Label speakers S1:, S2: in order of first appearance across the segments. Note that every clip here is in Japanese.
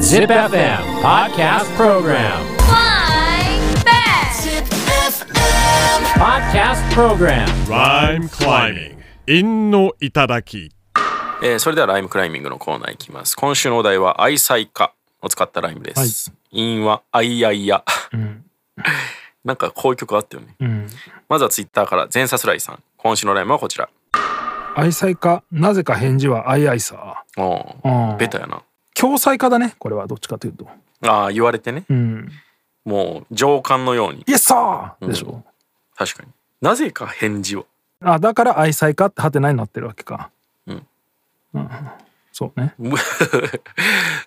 S1: Zip FM Podcast Program.
S2: Flying back.
S1: Podcast Program.
S3: Rhyme climbing. 陰の頂き。
S4: えーそれではライムクライミングのコーナーいきます今週のお題は「愛妻家」を使ったライムです、陰は「愛やいや」 なんかこういう曲あったよね、まずはツイッターから全さすらいさん今週のライムはこちら
S5: 愛妻家なぜか返事は愛愛さ
S4: おーベタやな
S5: 共済家だねこれはどっちかというと
S4: ああ言われてね、
S5: うん
S4: もう上官のように
S5: イエスさーでしょ、
S4: 確かになぜか返事を
S5: あだから愛妻家ってハテナになってるわけか
S4: うん
S5: うんそうね
S4: む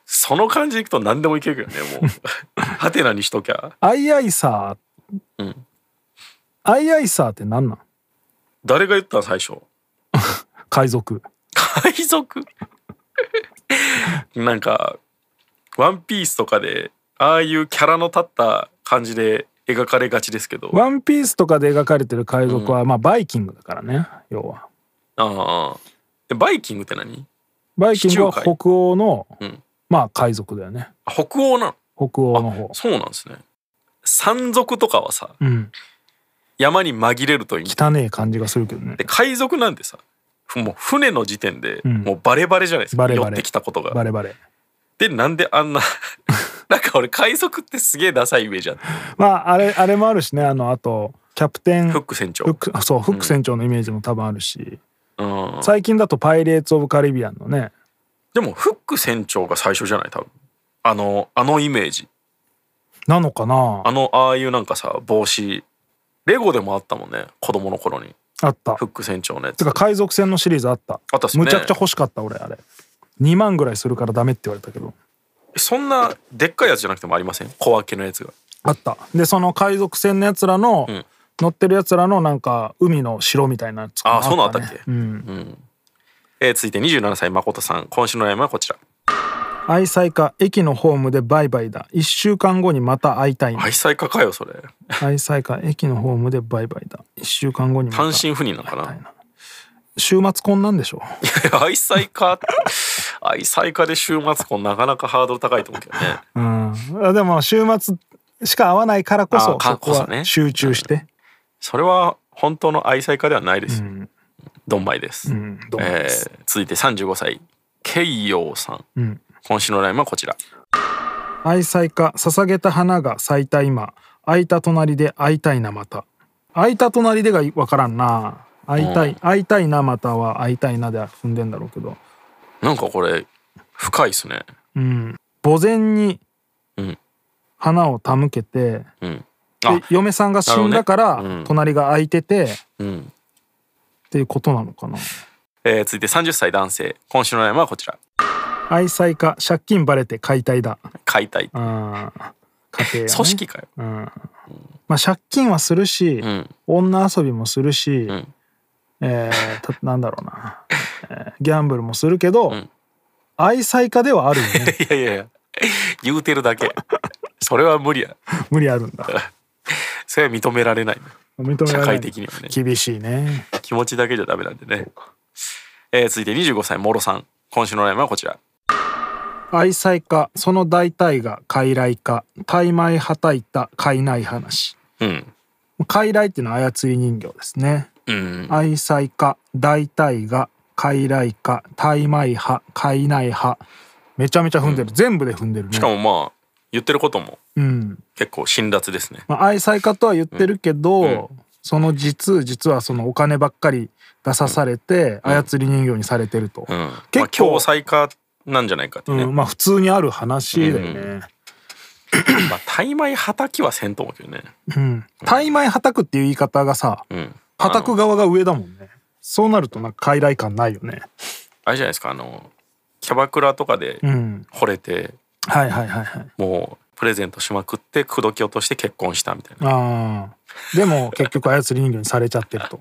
S4: その感じでいくと何でもいけるよねもう ハテナにしときゃ
S5: 愛愛さー
S4: うん
S5: 愛愛さーって何なん
S4: 誰が言ったの最初
S5: 海賊
S4: 海賊なんか「ワンピースとかでああいうキャラの立った感じで描かれがちですけど
S5: ワンピースとかで描かれてる海賊は、まあバイキングだからね要は
S4: ああえバイキングって何
S5: バイキングは
S4: 地中海
S5: 北欧の、
S4: うん
S5: まあ海賊だよね
S4: あ北欧なの
S5: 北欧の方
S4: そうなんですね山賊とかはさ
S5: うん
S4: 山に紛れるといい
S5: 汚ねえ感じがするけどね
S4: で海賊なんてさふもう船の時点で
S5: ん
S4: もうバレバレじゃないですか、
S5: バレバレ
S4: 寄ってきたことが
S5: バレバレ
S4: でなんであんな なんか俺海賊ってすげえダサいイメージあって
S5: まああれあれもあるしねあのあとキャプテン
S4: フック船長
S5: フックあそうフック船長のイメージも多分あるし、
S4: うん
S5: 最近だと「パイレーツ・オブ・カリビアン」のね
S4: でもフック船長が最初じゃない多分あのあのイメージ
S5: なのかな
S4: あのああいうなんかさ帽子レゴでもあったもんね子供の頃に
S5: あった
S4: フック船長のやつ
S5: てか海賊船のシリーズあった
S4: あったっすね
S5: むちゃくちゃ欲しかった俺あれ2万ぐらいするからダメって言われたけど
S4: そんなでっかいやつじゃなくてもありません小分けのやつが
S5: あったでその海賊船のやつらの、
S4: ん
S5: 乗ってるやつらのなんか海の城みたいなやつ
S4: ああそうなのあったっけ、
S5: うん、
S4: えー続いて27歳誠さん今週のライムはこちら
S5: 愛妻家駅のホームでバイバイだ1週間後にまた会いたい
S4: 愛妻家かよそれ
S5: 愛妻家駅のホームでバイバイだ1週間後にまた
S4: 単身赴任なのかな
S5: みたいな週末婚なんでしょ
S4: 愛妻家愛妻家で週末婚なかなかハードル高いと思うけどね
S5: う、うん、あでも週末しか会わないからこ
S4: あ
S5: そ
S4: か
S5: そこ
S4: こそね
S5: は集中して、
S4: それは本当の愛妻家ではないですよ、ドンマイです、
S5: うんどうも
S4: え
S5: です、
S4: ー続いて35歳ケイヨウさん、
S5: ん
S4: 今週のライムはこちら
S5: 愛妻家捧げた花が咲いた今開いた隣で会いたいなまた開いた隣でが分からんな会いたい、会いたいなまたは会いたいなで踏んでんだろうけど
S4: なんかこれ深いですね
S5: うん墓前に
S4: うん
S5: 花を手向けて、
S4: うん
S5: で
S4: あ
S5: 嫁さんが死んだから、
S4: なるほどねうん
S5: 隣が空いててっ
S4: うん、
S5: ていうことなのかな
S4: えー続いて30歳男性今週のライムはこちら
S5: 愛妻家借金バレて解体だ
S4: 解体
S5: うん家庭、ね、
S4: 組織かよ、
S5: うんまあ、借金はするし、
S4: ん
S5: 女遊びもするし、
S4: ん
S5: えーたなんだろうな、えーギャンブルもするけど、
S4: ん
S5: 愛妻家ではあるよ ね
S4: いやいやいや言うてるだけそれは無理や
S5: 無理あるんだ
S4: それは認められない
S5: 認められない
S4: 社会的にはね
S5: 厳しいね
S4: 気持ちだけじゃダメなんでね、えー続いて25歳モロさん今週のライムはこちら
S5: 愛妻家その大体が傀儡家大枚はたいた傀儡話
S4: うん
S5: 傀儡っていうのは操り人形ですね
S4: うん
S5: 愛妻家大体が傀儡家大枚派傀儡派めちゃめちゃ踏んでる、全部で踏んでるね
S4: しかもまあ言ってることも
S5: うん
S4: 結構辛辣ですね
S5: まあ、愛妻家とは言ってるけど、その実実はそのお金ばっかり出さされて、操り人形にされてると、
S4: うん
S5: 結構
S4: まあ、共済化なんじゃないかって
S5: うん
S4: ね、
S5: まあ普通にある話だよね、
S4: まあ大枚はたきはせんと思うけどね
S5: うん大枚はたくっていう言い方がさ
S4: うん
S5: はたく側が上だもんねそうなるとなんか傀儡感ないよね
S4: あれじゃないですかあのキャバクラとかで
S5: うん
S4: 惚れて、
S5: はいはいはいはい
S4: もうプレゼントしまくって口説き落として結婚したみたいな
S5: あーでも結局操り人形にされちゃってると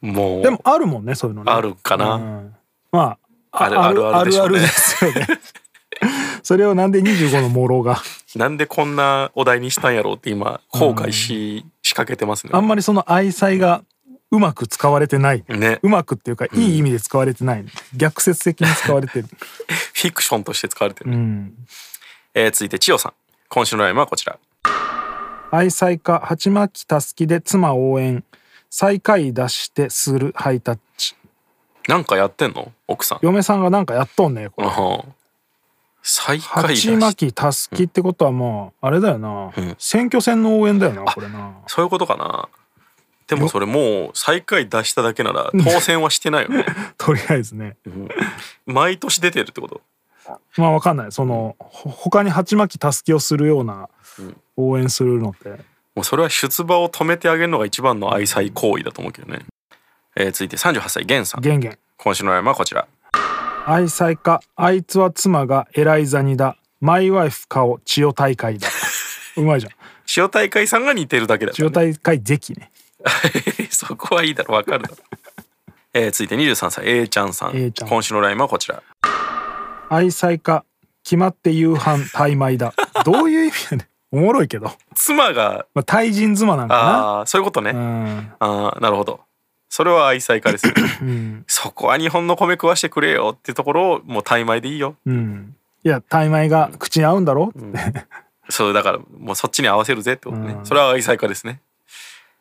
S4: もう
S5: でもあるもんねそういうのね
S4: あるかな
S5: うんまあ
S4: あるあるあるでしょうね
S5: あるあるですよね それをなんで25の朦朧が
S4: なんでこんなお題にしたんやろうって今後悔し仕掛けてますね
S5: あんまりその愛妻がうまく使われてない。
S4: ね
S5: うまくっていうか、いい意味で使われてない。逆説的に使われてる。
S4: フィクションとして使われてる、
S5: うん。
S4: えー続いて千代さん今週のライムはこちら
S5: 愛妻家、鉢巻きたすきで妻応援。最下位出してするハイタッチ。
S4: なんかやってんの奥さん
S5: 嫁さんがなんかやっとんね、これ。
S4: うん最下位だ
S5: 鉢
S4: し
S5: 巻きたすきってことはもう、あれだよな、
S4: うん
S5: 選挙戦の応援だよな、これな。
S4: そういうことかなでもそれもう最下位出しただけなら当選はしてないよ ね
S5: とりあえずね。
S4: 毎年出てるってこと
S5: まあわかんない。その、ほ他に鉢巻きたすきをするような応援するのって。
S4: もうそれは出馬を止めてあげるのが一番の愛妻行為だと思うけどね、えー続いて38歳源さん
S5: ゲンゲン。
S4: 今週のライムはこちら
S5: 愛妻家、あいつは妻がエライザニだ。マイワイフ顔、千代大会だ。うまいじゃん。
S4: 塩大会さんが似てるだけだか
S5: 千
S4: ら
S5: 代大会ぜきね。
S4: そこはいいだろわかるだろ、えー続いて23歳 A ちゃんさん
S5: A ちゃん
S4: 今週のラインはこちら
S5: 愛妻家、決まって夕飯、大米だ。どういう意味やねん。おもろいけど。
S4: 妻が
S5: まあ、対人妻なんか
S4: ああーそういうことね、
S5: な。うん。
S4: ああなるほどそれは愛妻家ですよ
S5: うん。
S4: そこは日本の米食わしてくれよってところをもう大米でいいよ
S5: うん。いや、大米が口に合うんだろって。
S4: そうだからもうそっちに合わせるぜってことね、
S5: うん
S4: それは愛妻家ですね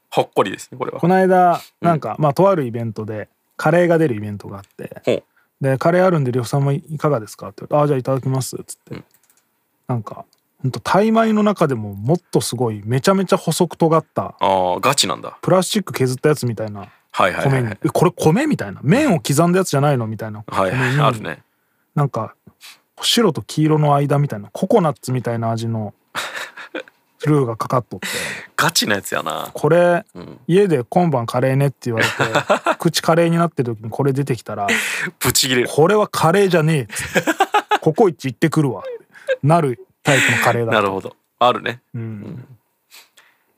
S4: ほっこりですねこれは
S5: この間なんか、まあとあるイベントでカレーが出るイベントがあって
S4: ほう
S5: でカレーあるんで呂布さんもいかがですかって言われて「ああじゃあいただきます」っつって、なんかほんとタイ米の中でももっとすごいめちゃめちゃ細く尖った
S4: ああガチなんだ
S5: プラスチック削ったやつみたいな
S4: はいはいは
S5: 米
S4: い
S5: に、
S4: はい
S5: えこれ米みたいな麺を刻んだやつじゃないのみたいな米
S4: はい
S5: に、
S4: はいあるね
S5: なんか白と黄色の間みたいなココナッツみたいな 味のルーがかかっとって
S4: ガチなやつやな
S5: これ、
S4: ん
S5: 家で今晩カレーねって言われて 口カレーになってる時にこれ出てきたら
S4: ぶち切れる
S5: これはカレーじゃねえ っつってココイチ行ってくるわなるタイプのカレーだ
S4: なるほどあるね
S5: うん、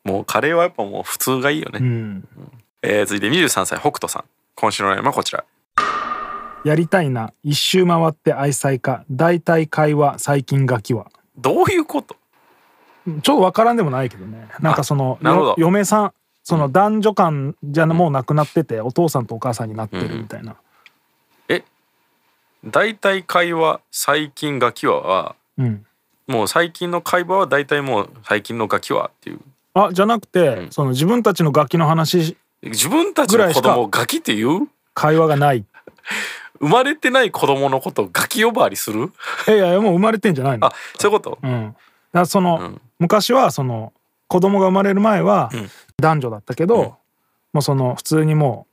S4: もうカレーはやっぱもう普通がいいよね、
S5: うん、
S4: えー続いて23歳北斗さん今週のラインはこちら
S5: やりたいな一周回って愛妻家大体会話最近ガキは
S4: どういうこと
S5: ちょっとわからんでもないけどねなんかその
S4: あなるほど
S5: よ嫁さんその男女間じゃなもうなくなっててお父さんとお母さんになってるみたいな、
S4: 大体会話最近ガキはは
S5: うん、
S4: もう最近の会話は大体もう最近のガキはっていう
S5: あじゃなくて、その自分たちのガキの話
S4: 自分たちの子供をガキっていう
S5: 会話がない
S4: 生まれてない子供のことをガキ呼ばわりする
S5: いやいやもう生まれてんじゃないの
S4: あそういうこと
S5: うん、だからその、
S4: ん
S5: 昔はその子供が生まれる前は男女だったけど、もうその普通にも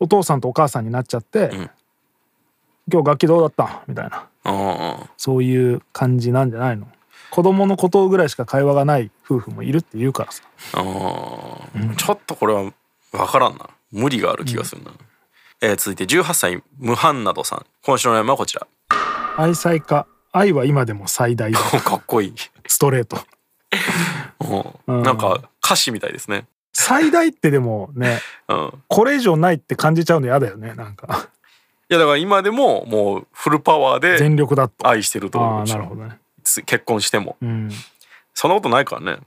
S5: うお父さんとお母さんになっちゃって「
S4: ん
S5: 今日楽器どうだった?」みたいな
S4: うんうん
S5: そういう感じなんじゃないの子供のことぐらいしか会話がない夫婦もいるって言うからさ
S4: あーちょっとこれは分からんな無理がある気がするな、えー続いて18歳ムハンナドさん今週のラインはこちら
S5: 愛妻家愛は今でも最大だ
S4: かっこいい、
S5: ストレート
S4: う
S5: うん
S4: ん、なんか歌詞みたいですね、
S5: 最大ってでもね
S4: うん、い
S5: これ以上ないって感じちゃうの嫌だよねなんか
S4: やだから今でももうフルパワーで
S5: 全力だとあ
S4: 愛してるってこと
S5: あ
S4: 思う
S5: ー
S4: し
S5: なるほどね、
S4: つ結婚しても
S5: うん、
S4: そんなことないからね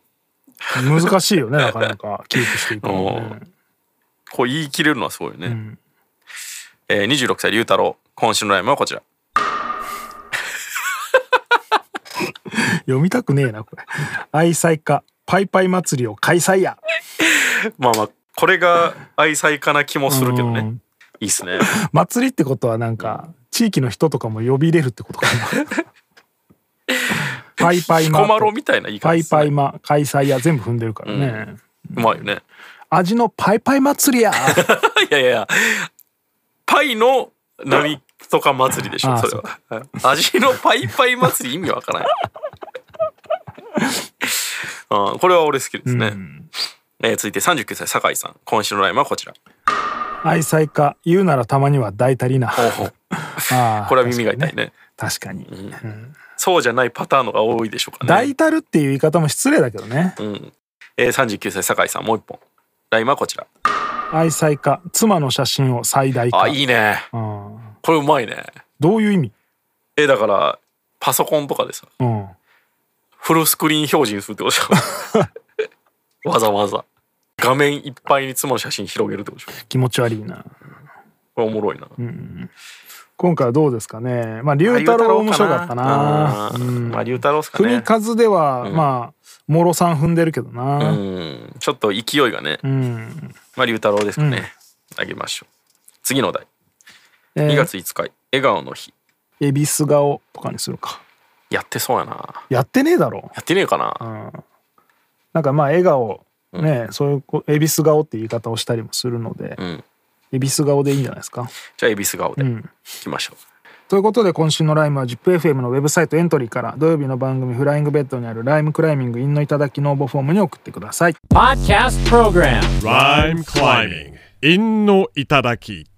S5: 難しいよねなかなかキープしていくのもね
S4: こう言い切れるのはすごいよね、
S5: ん
S4: えー、26歳龍太郎今週のラインはこちら
S5: 読みたくねえなこれ愛妻家パイパイ祭りを開催や
S4: まあまあこれが愛妻家な気もするけどねいいっすね
S5: 祭りってことはなんか地域の人とかも呼び入れるってことかな パイパイマ
S4: コマロみたいな言い方
S5: パ
S4: で
S5: イ
S4: すね
S5: パイマ開催や全部踏んでるからね、
S4: うまいよね
S5: 味のパイパイ祭 りや
S4: いやいやいやパイの何とか祭りでしょ
S5: あ
S4: それは味のパイパイ祭り意味わ からないあーこれは俺好きですね、えー続いて39歳酒井さん今週のラインはこちら
S5: 愛妻家言うならたまには大足りな
S4: ほう
S5: あー
S4: これは耳が痛いね
S5: 確かに、
S4: そうじゃないパターンのが多いでしょうかね
S5: 大足るっていう言い方も失礼だけどね、
S4: うんえー、39歳酒井さんもう一本ラインはこちら
S5: 愛妻家妻の写真を最大化
S4: あいいね
S5: うん
S4: これうまいね
S5: どういう意味、
S4: えだからパソコンとかでさ
S5: うん、
S4: フルスクリーン表示にするってことでし ょわざわざ画面いっぱいに妻の写真広げるってことでしょ
S5: 気持ち悪いな
S4: これおもろいな、
S5: 今回はどうですかねまあ龍太郎面白かったな
S4: う
S5: うんん
S4: まあ龍太郎っすか
S5: 踏み
S4: ね。
S5: 数では、まあもろさん踏んでるけど
S4: う
S5: な、
S4: ん、ちょっと勢いがね
S5: う。ん
S4: まあ龍太郎ですかね。あげましょう。次のお題。
S5: え
S4: 2
S5: ー
S4: 月5日、笑顔の日。
S5: 恵比寿顔とかにするか
S4: やってそうやな。
S5: やってねえだろ
S4: やってねえかな。
S5: なんかまあ笑顔ね、そういうこう恵比寿顔っていう言い方をしたりもするので
S4: うん。
S5: 恵比寿顔でいいんじゃないですか
S4: じゃあ恵比寿顔で
S5: うん
S4: いきましょ
S5: ということで今週のライムは ZIPFM のウェブサイトエントリーから土曜日の番組「フライングベッド」にあるライムクライミングインのいただきの応募フォームに送ってください
S1: Podcast Program
S3: Rhyme climbing. In no itaraki.